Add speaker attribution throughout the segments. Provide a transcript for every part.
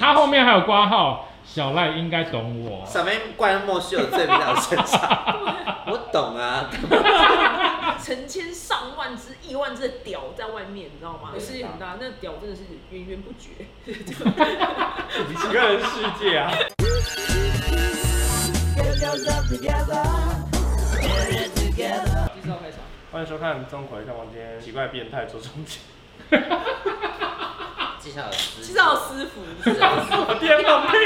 Speaker 1: 他后面还有挂号，小赖应该懂我。
Speaker 2: 小妹怪莫须有罪名在我身上， 我懂啊。
Speaker 3: 成千上万只、亿万只的屌在外面，你知道吗？世界很大，那屌真的是源源不绝。
Speaker 4: 奇怪的世界啊！
Speaker 3: 第四道开场，
Speaker 2: 啊
Speaker 4: 欢迎收看《中国看房间》，奇怪变态周中间，
Speaker 2: 纪晓老师，
Speaker 3: 介绍师傅，
Speaker 4: 我电放 屁！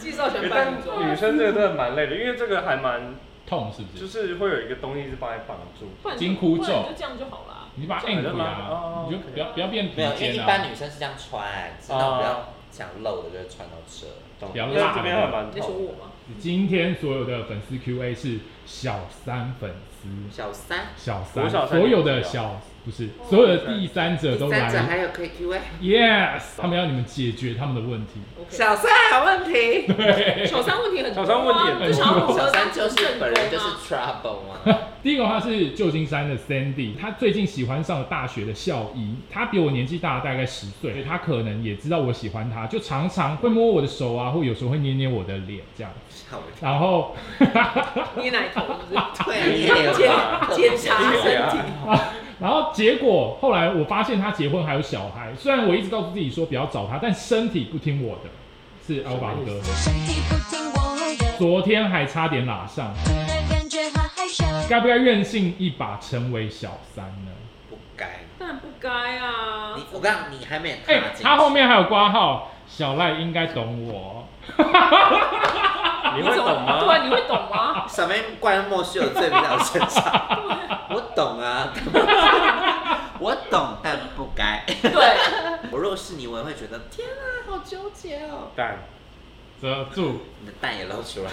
Speaker 3: 介绍全班
Speaker 4: 哎 但
Speaker 3: 女
Speaker 4: 女
Speaker 3: 装，
Speaker 4: 生这个真的蛮累的，因为这个还蛮，
Speaker 1: 痛是不？
Speaker 4: 就是是会有一个东西是帮你绑住。
Speaker 3: 不然就
Speaker 1: 金箍咒
Speaker 3: 不然就这样就好啦。
Speaker 1: 你把它
Speaker 3: 这样
Speaker 1: 硬回
Speaker 4: 就拉
Speaker 1: 啊，
Speaker 4: 哦
Speaker 1: 你就不要不要变皮
Speaker 2: 没有，因为一
Speaker 1: 肩
Speaker 2: 般
Speaker 1: 啊。
Speaker 2: 女生是这样穿，是那种比较想露的，就是穿到这。
Speaker 4: 懂
Speaker 1: 比较
Speaker 4: 但
Speaker 1: 辣
Speaker 4: 这边还蛮
Speaker 3: 你在说
Speaker 4: 痛。
Speaker 3: 我吗？
Speaker 1: 今天所有的粉丝 Q A 是小三粉丝，
Speaker 2: 小三，
Speaker 1: 小
Speaker 4: 我
Speaker 1: 三，
Speaker 4: 小三
Speaker 1: 所有的
Speaker 4: 也是啊
Speaker 1: 小不是所有的第三者
Speaker 2: 第
Speaker 1: 都
Speaker 2: 三者
Speaker 1: 来
Speaker 2: 还有可以 Q A。
Speaker 1: ，yes，他们要你们解决他们的问题。
Speaker 3: OK，
Speaker 2: 小三好问题，
Speaker 3: 小三问题很多啊，
Speaker 4: 小三问题很多
Speaker 3: 就想要符
Speaker 2: 小
Speaker 3: 合
Speaker 2: 三
Speaker 3: 当
Speaker 2: 就
Speaker 3: 成
Speaker 2: 是
Speaker 3: 正
Speaker 2: 本人就
Speaker 3: 宫
Speaker 2: 是
Speaker 3: 啊。
Speaker 2: trouble 啊。
Speaker 1: 第一个话是旧金山的 Sandy，他最近喜欢上了大学的校医，他比我年纪大大概十岁，所以他可能也知道我喜欢他，就常常会摸我的手啊，或有时候会捏捏我的脸这样。
Speaker 2: 吓我一跳。
Speaker 1: 然后
Speaker 3: 捏奶头是不是？
Speaker 2: 对啊，
Speaker 4: 你
Speaker 2: 你也有
Speaker 1: 哎
Speaker 3: 检
Speaker 4: 哎
Speaker 2: 吧
Speaker 3: 检查
Speaker 4: 对
Speaker 3: 身
Speaker 4: 啊
Speaker 3: 体，
Speaker 1: 然后结果后来我发现他结婚还有小孩，虽然我一直告诉自己说不要找他，但身体不听我的，是阿宝哥。
Speaker 5: 身体不听我的，
Speaker 1: 昨天还差点拉上，
Speaker 5: 突然感觉好害羞。
Speaker 1: 该不该任性一把成为小三呢？
Speaker 2: 不该。
Speaker 3: 当然不该啊
Speaker 2: 你。我刚刚你还没有
Speaker 1: 哎、
Speaker 2: 踏进去，
Speaker 1: 他后面还有挂号，小赖应该懂我。
Speaker 4: 你会
Speaker 3: 怎么
Speaker 4: 懂 吗？
Speaker 3: 对啊，你会懂 吗？
Speaker 2: 小妹怪莫须有罪名在我身 上，我懂啊，我懂，但不该。
Speaker 3: 对，
Speaker 2: 我若是你，我也会觉得天啊，好纠结哦。
Speaker 4: 蛋，
Speaker 1: 遮住，
Speaker 2: 你的蛋也露出来，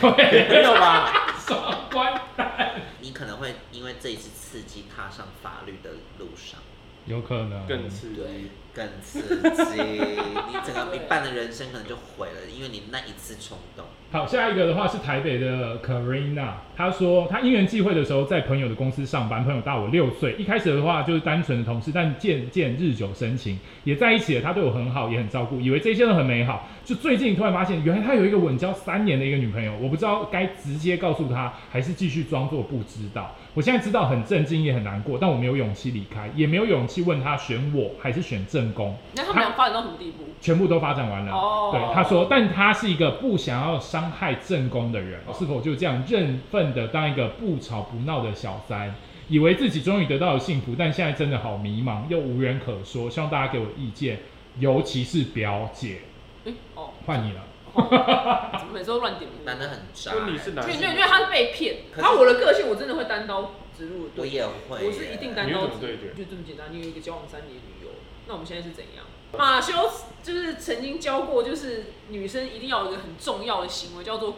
Speaker 4: 没有 吧？
Speaker 1: 什么关蛋？
Speaker 2: 你可能会因为这一次刺激踏上法律的路上，
Speaker 1: 有可能
Speaker 4: 更刺
Speaker 2: 对
Speaker 4: 激。，
Speaker 2: 更刺激，你整个一半的人生可能就毁了，因为你那一次冲动。
Speaker 1: 好，下一个的话是台北的 Karina，她说她因缘际会的时候在朋友的公司上班，朋友大我六岁，一开始的话就是单纯的同事，但渐渐日久生情，也在一起了。他对我很好，也很照顾，以为这些都很美好。就最近突然发现，原来他有一个稳交三年的一个女朋友，我不知道该直接告诉他，还是继续装作不知道。我现在知道很震惊，也很难过，但我没有勇气离开，也没有勇气问他选我还是选正宫。
Speaker 3: 那他们俩发展到什么地步？
Speaker 1: 全部都发展完了。
Speaker 3: 哦
Speaker 1: 对，他说，但他是一个不想要伤害正宫的人，
Speaker 3: 哦
Speaker 1: 是否就这样认份的当一个不吵不闹的小三？以为自己终于得到了幸福，但现在真的好迷茫，又无人可说。希望大家给我意见，尤其是表姐，
Speaker 3: 哎，哦，
Speaker 1: 换你了。
Speaker 3: 怎么每次都乱点名？
Speaker 2: 男的很渣、
Speaker 4: 问题是男
Speaker 3: 对
Speaker 4: 生，
Speaker 3: 对，因为他是被骗。
Speaker 2: 可是
Speaker 3: 他我的个性，我真的会单刀直入的
Speaker 2: 我
Speaker 3: 对
Speaker 2: 也会，
Speaker 3: 我是一定单
Speaker 4: 你
Speaker 3: 刀
Speaker 4: 会
Speaker 3: 直
Speaker 4: 怎么对决
Speaker 3: 就这么简单。你有一个交往三年的女友，那我们现在是怎样？马修就是曾经教过，就是女生一定要有一个很重要的行为，叫做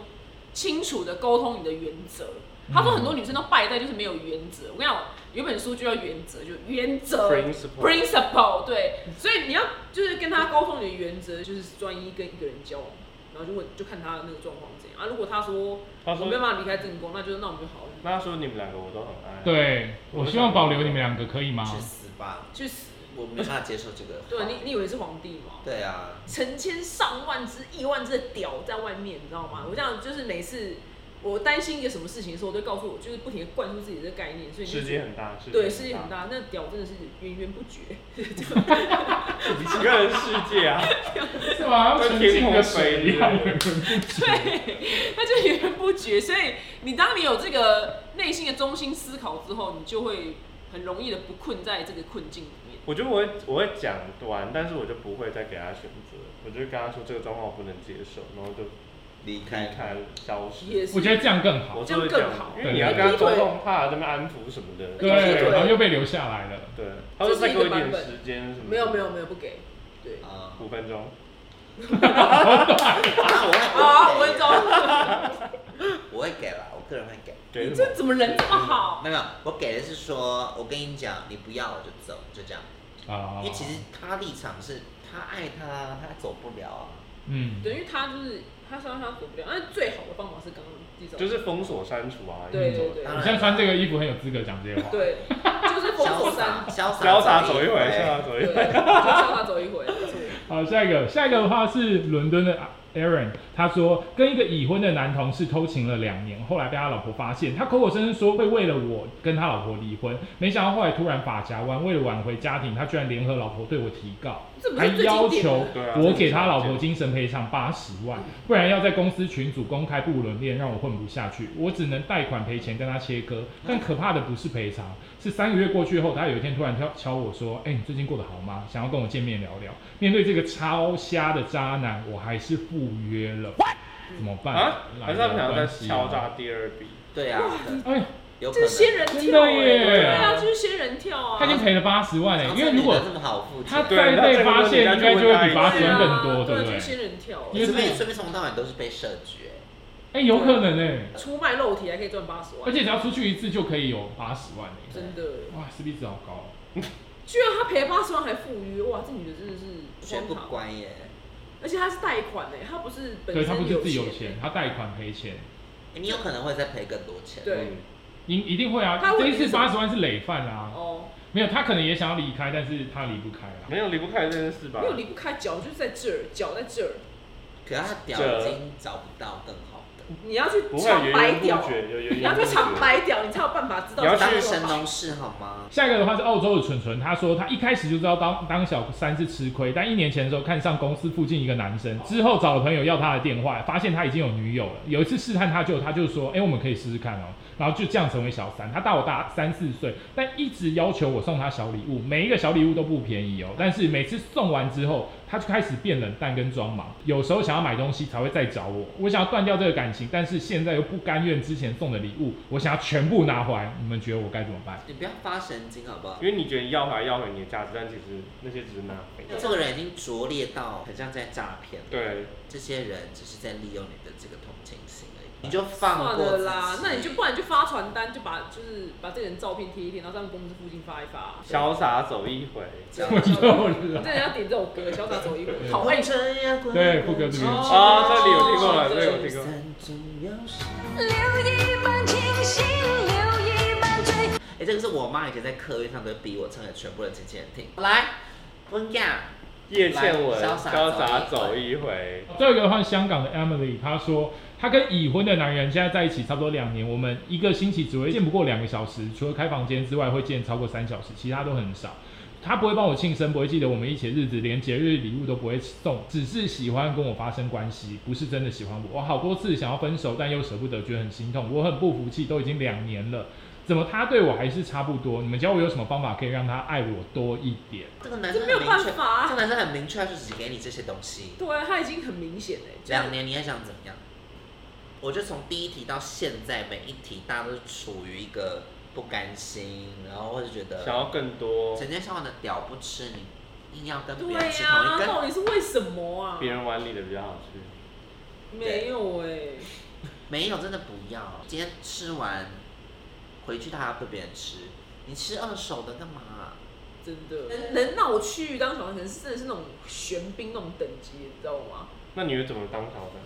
Speaker 3: 清楚的沟通你的原则。
Speaker 2: 嗯
Speaker 3: 他说很多女生都败在就是没有原则。我跟你讲，有本书就叫《原则》，就原则
Speaker 4: Principle
Speaker 3: principle 对，所以你要就是跟他沟通你的原则，就是专一跟一个人交往，然后就问就看他的那个状况怎样啊。如果他说
Speaker 4: 他
Speaker 3: 我没有
Speaker 4: 说，
Speaker 3: 办法离开正宫，那就那我们就好
Speaker 4: 那他说你们两个我都很爱。，
Speaker 1: 对，我希望保留你们两个，可以吗？
Speaker 2: 去死吧！
Speaker 3: 去死。
Speaker 2: 我没办法接受这个。
Speaker 3: 对你，你以为是皇帝吗？
Speaker 2: 对啊，
Speaker 3: 成千上万只、亿万只的屌在外面，你知道吗？我这样就是每次我担心一个什么事情的时候，我都告诉我，就是不停的灌输自己这个概念，所以你就
Speaker 4: 世界很大，
Speaker 3: 对世界很。 大，那屌真的是源源不绝。
Speaker 4: 奇怪的世界啊！
Speaker 1: 是吗？
Speaker 4: 跟
Speaker 1: 沉
Speaker 4: 天
Speaker 1: 浸
Speaker 4: 空
Speaker 1: 的
Speaker 4: 飞
Speaker 1: 水一样
Speaker 4: 一样。
Speaker 3: 对，那就源源不绝。所以你当你有这个内心的中心思考之后，你就会很容易的不困在这个困境里面。
Speaker 4: 我觉得我会我会讲完，但是我就不会再给他选择，我就跟他说这个状况我不能接受，然后就
Speaker 2: 离开
Speaker 4: 离开消失。
Speaker 3: 也是，
Speaker 1: 我觉得这样更好
Speaker 4: 我。是会这样
Speaker 3: 这样更好
Speaker 4: 因为你要跟他沟通，怕他那边安抚什么的。
Speaker 3: 对劈
Speaker 1: 对，
Speaker 3: 腿
Speaker 1: 然后又被留下来了。
Speaker 4: 对，他说再给我一
Speaker 3: 这是
Speaker 4: 点
Speaker 3: 一个版本
Speaker 4: 时间什么的。
Speaker 3: 没有没有没有不给。对
Speaker 2: 啊。
Speaker 4: 五分钟，
Speaker 2: 啊，我会
Speaker 3: 啊，
Speaker 2: 我
Speaker 3: 文
Speaker 2: 会
Speaker 3: 总，
Speaker 2: 我会给啦，我个人会给。
Speaker 4: 给
Speaker 3: 你
Speaker 4: 什么
Speaker 3: 这怎么人这么
Speaker 1: 嗯
Speaker 3: 好？
Speaker 2: 没有，我给的是说，我跟你讲，你不要我就走，就这样。
Speaker 1: 啊
Speaker 2: 因为其实他立场是他爱他，他走不了啊。
Speaker 1: 嗯，
Speaker 3: 对，因为他就是他伤他躲不了，那最好的方法是刚刚这种，
Speaker 4: 就是封锁删除啊，
Speaker 3: 对
Speaker 4: 一种
Speaker 3: 对对
Speaker 1: 你现在穿这个衣服很有资格讲这些话。
Speaker 3: 对，就是封
Speaker 2: 潇洒
Speaker 3: 锁三，
Speaker 2: 潇洒
Speaker 4: 潇洒走一回，潇
Speaker 2: 是吧？
Speaker 3: 对，
Speaker 4: 洒走一回
Speaker 3: 就。叫他走一回，没错
Speaker 1: 好，下一个，下一个的话是伦敦的 Aaron，他说跟一个已婚的男同事偷情了两年，后来被他老婆发现，他口口声声说会为了我跟他老婆离婚，没想到后来突然把夹弯，为了挽回家庭，他居然联合老婆对我提告，
Speaker 3: 这不
Speaker 1: 还
Speaker 3: 是最
Speaker 1: 要
Speaker 3: 经典
Speaker 1: 求
Speaker 3: 的。
Speaker 4: 对啊
Speaker 1: 我给他老婆精神赔偿八十万，不然要在公司群组公开不伦恋，让我混不下去。我只能贷款赔钱跟他切割。但可怕的不是赔偿，是三个月过去后，他有一天突然敲敲我说：“哎、你最近过得好吗？想要跟我见面聊聊。”面对这个超瞎的渣男，我还是赴约了。怎么办？
Speaker 4: 啊，
Speaker 1: 来
Speaker 4: 还是他们想要再
Speaker 1: 关系啊
Speaker 4: 敲诈第二笔？
Speaker 2: 对啊，
Speaker 1: 哎，
Speaker 2: 有可
Speaker 3: 这是
Speaker 2: 能。
Speaker 3: 仙人
Speaker 1: 真
Speaker 3: 跳、
Speaker 1: 的
Speaker 3: 欸，
Speaker 1: 耶
Speaker 3: 对啊，就是仙人跳啊。
Speaker 1: 他已经赔了八十万了、
Speaker 2: 长
Speaker 1: 因
Speaker 2: 春
Speaker 1: 为如果
Speaker 2: 女的这么好付
Speaker 1: 他
Speaker 2: 钱，
Speaker 1: 再被发现，应该就会比
Speaker 4: 把
Speaker 1: 八十万更多，对
Speaker 3: 对啊
Speaker 1: 不
Speaker 3: 就是
Speaker 1: 对？
Speaker 3: 仙人跳、
Speaker 1: 因为
Speaker 2: 顺便顺便从头到尾都是被设局、哎
Speaker 1: 哎、有可能哎、
Speaker 3: 出卖肉体还可以赚八十
Speaker 1: 而
Speaker 3: 万，
Speaker 1: 且只要出去一次就可以有八十万哎、
Speaker 3: 真的，
Speaker 1: 哇，CP 值好高哦、
Speaker 3: 居然他赔了八十万还赴约，哇，这女的真的
Speaker 2: 我
Speaker 3: 是
Speaker 2: 觉得不
Speaker 3: 荒唐，
Speaker 2: 乖耶、
Speaker 3: 而且她是贷款哎、欸，她不是本
Speaker 1: 对
Speaker 3: 身
Speaker 1: 他不是自己有
Speaker 3: 有，
Speaker 1: 钱，他贷款赔钱，
Speaker 2: 哎你有可能会再赔更多钱。
Speaker 3: 对
Speaker 4: 嗯
Speaker 1: 一一定会啊
Speaker 3: 他。会
Speaker 1: 这一
Speaker 3: 是
Speaker 1: 次
Speaker 3: 什么
Speaker 1: 八十万是累犯啊，
Speaker 3: 哦，
Speaker 1: 没有，他可能也想要离开，但是他离不开啊。
Speaker 4: 没有离不开这件事吧
Speaker 3: 没？有离不开脚就是在这儿，脚在这儿，
Speaker 2: 可是他屌已经找不到更好的，
Speaker 3: 你要去
Speaker 4: 不会
Speaker 3: 长
Speaker 4: 源
Speaker 3: 白
Speaker 4: 源
Speaker 3: 屌
Speaker 4: 不，绝，有源
Speaker 3: 你
Speaker 4: 源
Speaker 3: 要
Speaker 4: 不
Speaker 3: 去
Speaker 4: 绝。
Speaker 3: 长白屌，你才有办法知道
Speaker 4: 你要
Speaker 3: 这
Speaker 4: 去
Speaker 2: 当
Speaker 3: 个
Speaker 2: 神
Speaker 3: 方法
Speaker 2: 农氏好吗？
Speaker 1: 下一个的话是澳洲的纯纯，他说他一开始就知道当当小三是吃亏，但一年前的时候看上公司附近一个男生，之后找了朋友要他的电话，发现他已经有女友了。有一次试探他就他就说，哎、我们可以试试看哦、然后就这样成为小三。他大我大三四岁，但一直要求我送他小礼物，每一个小礼物都不便宜哦、但是每次送完之后，他就开始变冷淡跟装忙，有时候想要买东西才会再找我。我想要断掉这个感情，但是现在又不甘愿之前送的礼物，我想要全部拿回来。你们觉得我该怎么办？
Speaker 2: 你不要发神经好不好
Speaker 4: 因？为你觉得你要回来要回你的价值，但其实那些只是拿回。
Speaker 2: 这个人已经拙劣到很像在诈骗，
Speaker 4: 对，
Speaker 2: 这些人只是在利用你的这个同情心而已，你就放
Speaker 3: 算
Speaker 2: 过
Speaker 3: 了
Speaker 2: 自己
Speaker 3: 啦，那你就不然就发传单，就把就是把这个人照片贴一贴，然后在他们公司附近发一发。
Speaker 4: 潇洒走一回。
Speaker 2: 交
Speaker 1: 我又来
Speaker 3: 真的要点这首歌，潇洒走一
Speaker 1: 对
Speaker 3: 步，好会唱。
Speaker 1: 对副歌这边
Speaker 4: 啊，这里有听过了，这里有听过。
Speaker 2: 三种钥匙。
Speaker 5: 留一半清醒，留一半醉。
Speaker 2: 哎、这个是我妈以前在客运上都会逼我唱给全部的经纪人听。来，温雅，
Speaker 4: 叶倩文，
Speaker 2: 来
Speaker 4: 潇
Speaker 2: 潇洒走一回
Speaker 4: 洒走一回。
Speaker 1: 最后一个的话，香港的 Emily，她说她跟已婚的男人现在在一起差不多两年，我们一个星期只会见不过两个小时，除了开房间之外会见超过三小时，其他都很少。她不会帮我庆生，不会记得我们一起的日子，连节日礼物都不会送，只是喜欢跟我发生关系，不是真的喜欢我。我好多次想要分手，但又舍不得，觉得很心痛。我很不服气，都已经两年了，怎么她对我还是差不多？你们教我有什么方法可以让她爱我多一点？
Speaker 2: 这个男生
Speaker 3: 这没有
Speaker 2: 很明确，
Speaker 3: 办法啊
Speaker 2: 这个男生很明确，他就只给你这些东西。
Speaker 3: 对，他已经很明显哎，就是
Speaker 2: 两年你还想怎么样？我就从第一题到现在，每一题大家都是处于一个不甘心，然后或者觉
Speaker 4: 想
Speaker 2: 得
Speaker 4: 要更多，
Speaker 2: 整天上网的屌不吃，你硬要跟别人
Speaker 3: 对
Speaker 2: 吃
Speaker 1: 啊
Speaker 3: 呀、
Speaker 2: 同一根，
Speaker 3: 到底是为什么啊？
Speaker 4: 别人碗里的比较好吃。
Speaker 3: 没有哎、
Speaker 2: 没有真的不要。今天吃完回去，他还要被别人吃，你吃二手的干嘛、
Speaker 3: 真的能能让我去当小三，可能是真的是那种玄彬那种等级，你知道吗？
Speaker 4: 那你会怎么当小 三？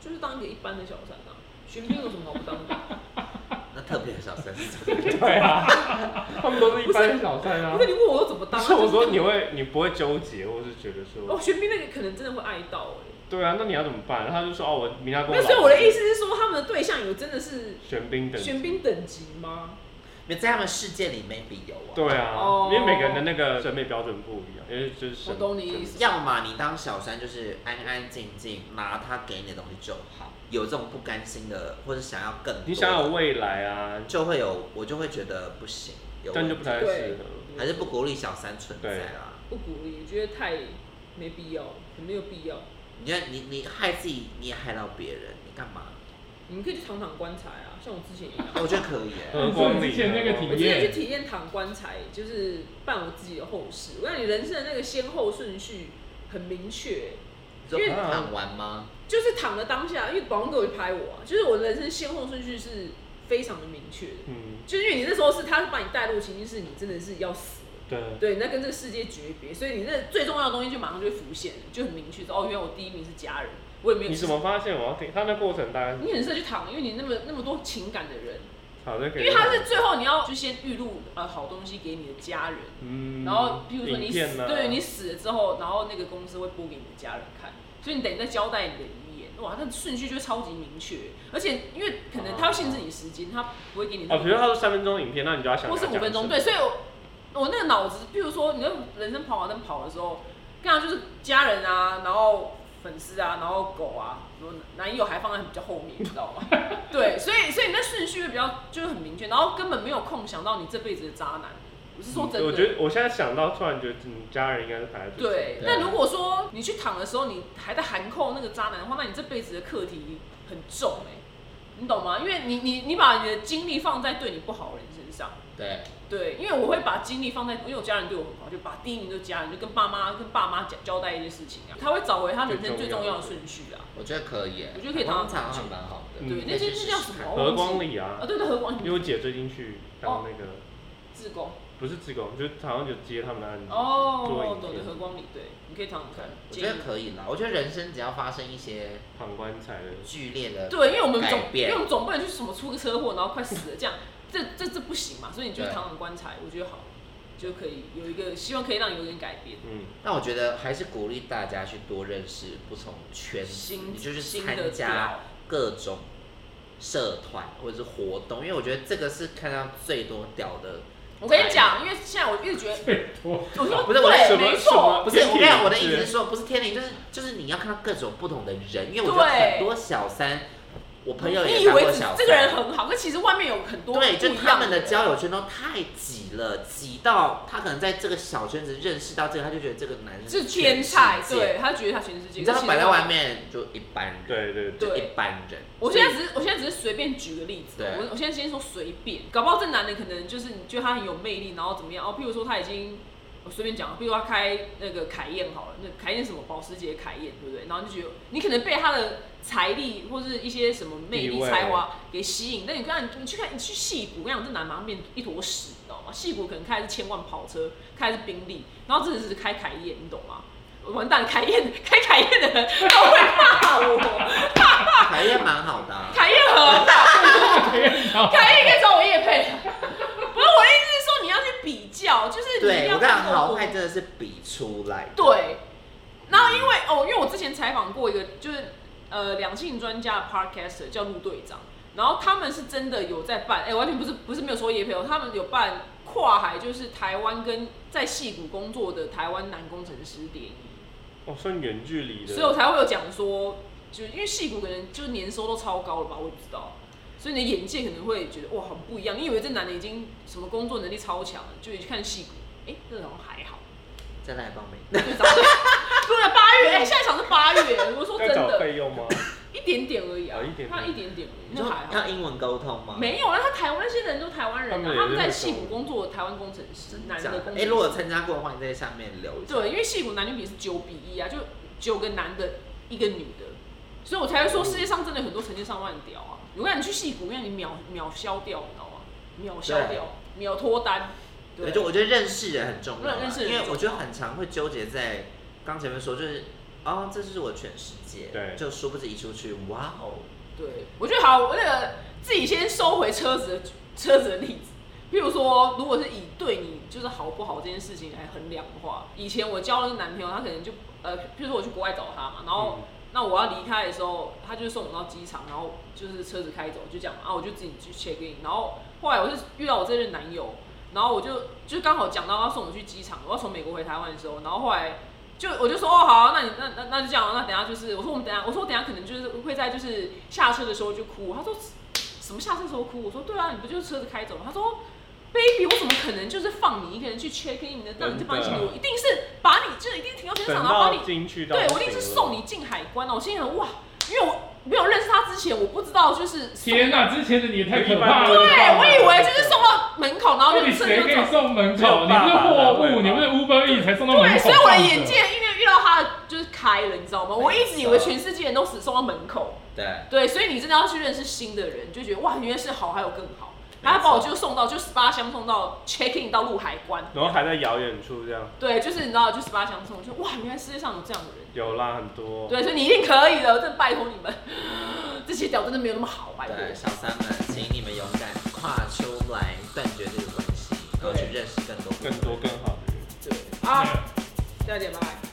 Speaker 3: 就是当一个一般的小三啊，玄彬有什么好不当的？
Speaker 2: 那特别的小三是怎么样
Speaker 4: 对啊，他们都是一般小三啊
Speaker 3: 不是。你问我我怎么当、
Speaker 4: 不
Speaker 3: 啊？
Speaker 4: 是我说
Speaker 3: 就
Speaker 4: 你会，你不会纠结，或是觉得
Speaker 3: 哦，
Speaker 4: 说，
Speaker 3: 玄彬那个可能真的会爱到哎、
Speaker 4: 对啊，那你要怎么办？他就说哦，我明天要跟
Speaker 3: 那
Speaker 4: 我。
Speaker 3: 所以我的意，思是说，他们的对象有真的是
Speaker 4: 玄彬等级。
Speaker 3: 玄彬等级吗？
Speaker 2: 没有在他们世界里 maybe 有啊。
Speaker 4: 对啊，
Speaker 3: 哦
Speaker 4: 因为每个人的那个审美标准不一样，因为就是审
Speaker 3: 我懂你意思
Speaker 2: 要么你当小三，就是安安静静拿他给你的东西就好。有这种不甘心的，或者想要更多的，
Speaker 4: 你想有未来啊，
Speaker 2: 就会有，我就会觉得不行，有
Speaker 4: 但就
Speaker 2: 问
Speaker 4: 不
Speaker 2: 题
Speaker 4: 太适合。
Speaker 2: 还是不鼓励小三存在啊啦。
Speaker 3: 不鼓励，我觉得太没必要，很没有必要。
Speaker 2: 你看你你害自己，你也害到别人，你干嘛？
Speaker 3: 你们可以去躺躺棺材啊，像我之前一样。
Speaker 2: 我觉得可以耶、
Speaker 4: 何
Speaker 1: 你说
Speaker 4: 光
Speaker 1: 你
Speaker 4: 里
Speaker 1: 之前那个体
Speaker 3: 我之前去
Speaker 1: 验，
Speaker 3: 体验躺棺材，就是办我自己的后事。我让你人生的那个先后顺序很明确，
Speaker 2: 你说
Speaker 3: 因为
Speaker 2: 躺完吗？
Speaker 3: 就是躺的当下，因为保安哥有去拍我啊，就是我的人生先后顺序是非常的明确的。
Speaker 4: 嗯，
Speaker 3: 就是因为你那时候是他是把你带入情境，是你真的是要死了，
Speaker 4: 对，
Speaker 3: 对，你在跟这个世界诀别，所以你那最重要的东西就马上就会浮现了，就很明确说哦，原来我第一名是家人，我也没有。
Speaker 4: 你怎么发现我要听？他那过程大概是
Speaker 3: 你很适合去躺，因为你那么那么多情感的人，
Speaker 4: 好，那可
Speaker 3: 因
Speaker 4: 以。
Speaker 3: 为他是最后你要就先预录呃好东西给你的家人，
Speaker 4: 嗯，
Speaker 3: 然后譬如说你
Speaker 4: 影
Speaker 3: 死
Speaker 4: 片，啊
Speaker 3: 对你死了之后，然后那个公司会播给你的家人看，所以你等于在交代你的遗言，哇，那顺序就超级明确，而且因为可能他会限制你时间，他不会给你
Speaker 4: 哦，比如他说三分钟影片，那你就要想
Speaker 3: 或
Speaker 4: 他
Speaker 3: 是
Speaker 4: 讲什
Speaker 3: 五
Speaker 4: 么。
Speaker 3: 分钟，对，所以我我那个脑子，譬如说你的人生跑马灯跑的时候，刚好就是家人啊，然后粉丝啊，然后狗啊，然后男友还放在比较后面，你知道 吗？对，所以所以你那顺序会比较就是很明确，然后根本没有空想到你这辈子的渣男，我是说真的。
Speaker 4: 嗯我觉得啊我现在想到，突然觉得你家人应该是排在最前
Speaker 3: 对
Speaker 4: 面，
Speaker 3: 那如果说你去躺的时候，你还在含扣那个渣男的话，那你这辈子的课题很重哎、你懂吗？因为你你你把你的精力放在对你不好的人身上，
Speaker 2: 对，
Speaker 3: 对，因为我会把精力放在，因为我家人对我很好，就把第一名就家人，就跟爸妈跟爸妈讲交代一些事情啊，他会找回他人生最重要的顺序啊。
Speaker 2: 我觉得可以耶，
Speaker 3: 我觉得可以
Speaker 2: 通
Speaker 3: 当
Speaker 2: 常还蛮好的。
Speaker 4: 嗯
Speaker 3: 对，那些是叫什么？
Speaker 4: 和
Speaker 3: 我忘
Speaker 4: 光
Speaker 3: 记
Speaker 4: 里啊
Speaker 3: 啊，，对对，和光
Speaker 4: 因为我姐最近去当那个
Speaker 3: 自宫
Speaker 4: 不是职工，就是好像就接他们的案子做
Speaker 3: 哦，
Speaker 4: 影
Speaker 3: 懂
Speaker 4: 片
Speaker 3: 的和光里，对，你可以躺躺看。
Speaker 2: 我觉
Speaker 3: 建
Speaker 2: 得
Speaker 3: 议
Speaker 2: 可以啦，我觉得人生只要发生一些
Speaker 4: 旁观彩
Speaker 3: 哦
Speaker 4: 的。
Speaker 2: 剧烈的，
Speaker 3: 对，因为我们总
Speaker 2: 改，
Speaker 3: 因
Speaker 2: 变
Speaker 3: 为我们总不能去什么出个车祸，然后快死了这样，这这这不行嘛，所以你就
Speaker 2: 对
Speaker 3: 躺躺棺材，我觉得好，就可以有一个希望可以让你有点改变。
Speaker 4: 嗯，
Speaker 2: 那我觉得还是鼓励大家去多认识不同圈子，
Speaker 3: 新
Speaker 2: 你就是
Speaker 3: 新
Speaker 2: 参
Speaker 3: 的
Speaker 2: 加
Speaker 3: 调
Speaker 2: 各种社团或者是活动，因为我觉得这个是看到最多屌的。
Speaker 3: 我跟你讲，因为现在我一直觉得，
Speaker 1: 最多
Speaker 3: 我说
Speaker 2: 不是我
Speaker 3: 对，
Speaker 4: 什么
Speaker 3: 没
Speaker 4: 什么
Speaker 3: 错，
Speaker 2: 不是，我跟你讲，
Speaker 4: 天
Speaker 2: 我的意
Speaker 4: 是
Speaker 2: 思是说，不是天灵，就是就是你要看到各种不同的人，因为我觉得
Speaker 3: 对
Speaker 2: 很多小三，我朋友
Speaker 3: 你
Speaker 2: 也
Speaker 3: 以
Speaker 2: 当
Speaker 3: 为
Speaker 2: 过
Speaker 3: 只
Speaker 2: 小三，
Speaker 3: 这个人很好，可其实外面有很多
Speaker 2: 对，
Speaker 3: 不
Speaker 2: 就
Speaker 3: 一
Speaker 2: 他
Speaker 3: 样
Speaker 2: 们的
Speaker 3: 的
Speaker 2: 交
Speaker 3: 人
Speaker 2: 友圈都太挤了，挤到他可能在这个小圈子认识到这个，他就觉得这个男人
Speaker 3: 是
Speaker 2: 全
Speaker 3: 天
Speaker 2: 世
Speaker 3: 才，
Speaker 2: 界，
Speaker 3: 对他觉得他全世界。
Speaker 2: 你知道他
Speaker 3: 可其
Speaker 2: 摆
Speaker 3: 实
Speaker 2: 在外面就一般人，
Speaker 4: 对对对，
Speaker 2: 就
Speaker 3: 对
Speaker 2: 一般人。
Speaker 3: 我现在只是，我现在只是随便举个例子，啊
Speaker 2: 对
Speaker 3: 我我现在先说随便，搞不好这男的可能就是你觉得他很有魅力，然后怎么样？哦，譬如说他已经，我随便讲，譬如他开那个凯宴好了，那凯宴什么保时捷凯宴，对不对？然后你就觉得你可能被他的财力或是一些什么魅
Speaker 4: 地
Speaker 3: 力
Speaker 4: 位
Speaker 3: 才华给吸引，但你看你去看你去戏骨，我跟你讲这男马上变一坨屎，你知道吗？戏骨可能开的是千万跑车，开的是宾利，然后这只是开凯宴，你懂吗？完蛋，凯宴开凯宴的人他会怕我，
Speaker 2: 凯燕蛮好的啊、
Speaker 3: 凯宴很
Speaker 1: 讨厌到
Speaker 3: 凯莉可以找我叶 配了。不是我的意思是说，你要去比较，就是你
Speaker 2: 对
Speaker 3: 一定要
Speaker 2: 我跟你讲，
Speaker 3: 看
Speaker 2: 好
Speaker 3: 多
Speaker 2: 坏真的是比出来的。
Speaker 3: 哦对。然后因为哦，因为我之前采访过一个就是呃两性专家的 podcaster 叫陆队长，然后他们是真的有在办，哎、完全不是不是没有说叶配哦，他们有办跨海，就是台湾跟在戏谷工作的台湾男工程师联谊，
Speaker 4: 哦，算远距离的，
Speaker 3: 所以我才会有讲说，就是因为戏谷可能就是年收都超高了吧，我也不知道。所以你的眼界可能会觉得哇很不一样，你以为这男的已经什么工作能力超强了，就你去看戏骨，哎、这种还好，
Speaker 2: 再来帮妹，
Speaker 3: 就找 对，对了八月，哎、下一场是八月，我说真
Speaker 4: 要找
Speaker 3: 的，
Speaker 4: 费用吗？
Speaker 3: 一点点而已啊
Speaker 4: 哦一，点点
Speaker 3: 他一点点而已，
Speaker 2: 你
Speaker 3: 那
Speaker 2: 说
Speaker 3: 还好
Speaker 2: 要，英文沟通吗？
Speaker 3: 没有啦，他台湾那些人都台湾人
Speaker 4: 他们
Speaker 3: 啊，
Speaker 4: 也
Speaker 3: 他们在
Speaker 4: 是
Speaker 3: 戏
Speaker 4: 那
Speaker 3: 骨
Speaker 4: 种
Speaker 3: 工作的台湾工程师，男
Speaker 2: 假
Speaker 3: 的
Speaker 2: 的
Speaker 3: 工程
Speaker 2: 哎、
Speaker 3: 师，
Speaker 2: 如果有参加过的话，你在下面留一下。
Speaker 3: 对，因为戏骨男女比是九比一啊，就九个男的，一个女的，所以我才会说世界上真的有很多成千上万的屌啊！如果你去戏骨，让你秒秒消掉，你知道吗？秒消掉，秒脱单，对，
Speaker 2: 对，就我觉得认识人很重要啊，
Speaker 3: 认识人
Speaker 2: 因为
Speaker 3: 很重要
Speaker 2: 我觉得很常会纠结在刚前面说，就是哦，这就是我全世界，
Speaker 4: 对
Speaker 2: 就殊不知一出去，哇哦，
Speaker 3: 对，我觉得好，我那个自己先收回车子的车子的例子。比如说，如果是以对你就是好不好这件事情来衡量的话，以前我交了个男朋友，他可能就呃，譬如说我去国外找他嘛，然后、
Speaker 4: 嗯
Speaker 3: 那我要离开的时候，他就送我到机场，然后就是车子开走，就这样嘛，啊，我就自己去 check in，然后后来我是遇到我这任男友，然后我就就刚好讲到要送我去机场，我要从美国回台湾的时候，然后后来就我就说哦好啊、那你那那那就这样啊，那等一下就是我说我们等一下，我说我等一下可能就是会在就是下车的时候就哭，他说什么下车的时候哭？我说对啊，你不就是车子开走吗？他说 baby，我怎么可能就是放你一个人去 check in 的，那你就把你
Speaker 4: 真的
Speaker 3: 我一定是把你就是一定停到车场，
Speaker 4: 等
Speaker 3: 然后把
Speaker 4: 到
Speaker 3: 你
Speaker 4: 进去到
Speaker 3: 对
Speaker 4: 不行了，
Speaker 3: 我一定是送你进海关了。啊我心想哇，因为我没有认识他之前，我不知道就是送
Speaker 1: 天哪、之前的你也太可怕了吧。
Speaker 4: 对
Speaker 3: 对我以为就是送到门口，然后
Speaker 1: 到
Speaker 3: 就
Speaker 1: 底
Speaker 3: 趁
Speaker 1: 谁
Speaker 3: 热
Speaker 1: 给你
Speaker 3: 走。
Speaker 1: 送门口？你不是货物，你不是 Uber E 才送到门口。
Speaker 3: 对，所以我的眼界因为遇到他就是开了，你知道吗？我一直以为全世界人都只送到门口，
Speaker 2: 对，
Speaker 3: 对，所以你真的要去认识新的人，就觉得哇，原来是好还有更好。然后他把我就送到就十八箱送到 check in 到入海关，
Speaker 4: 然后还在遥远处这样，
Speaker 3: 对，就是你知道就十八箱送，就哇，原来世界上有这样的人。
Speaker 4: 有啦很多，
Speaker 3: 对，所以你一定可以的，我真 的拜托你们，这些屌真的没有那么好，拜托。
Speaker 2: 对，小三们，请你们勇敢跨出来，断绝这个关系，然后去认识更多
Speaker 4: 更多更好的人。
Speaker 3: 对啊，大家拜拜。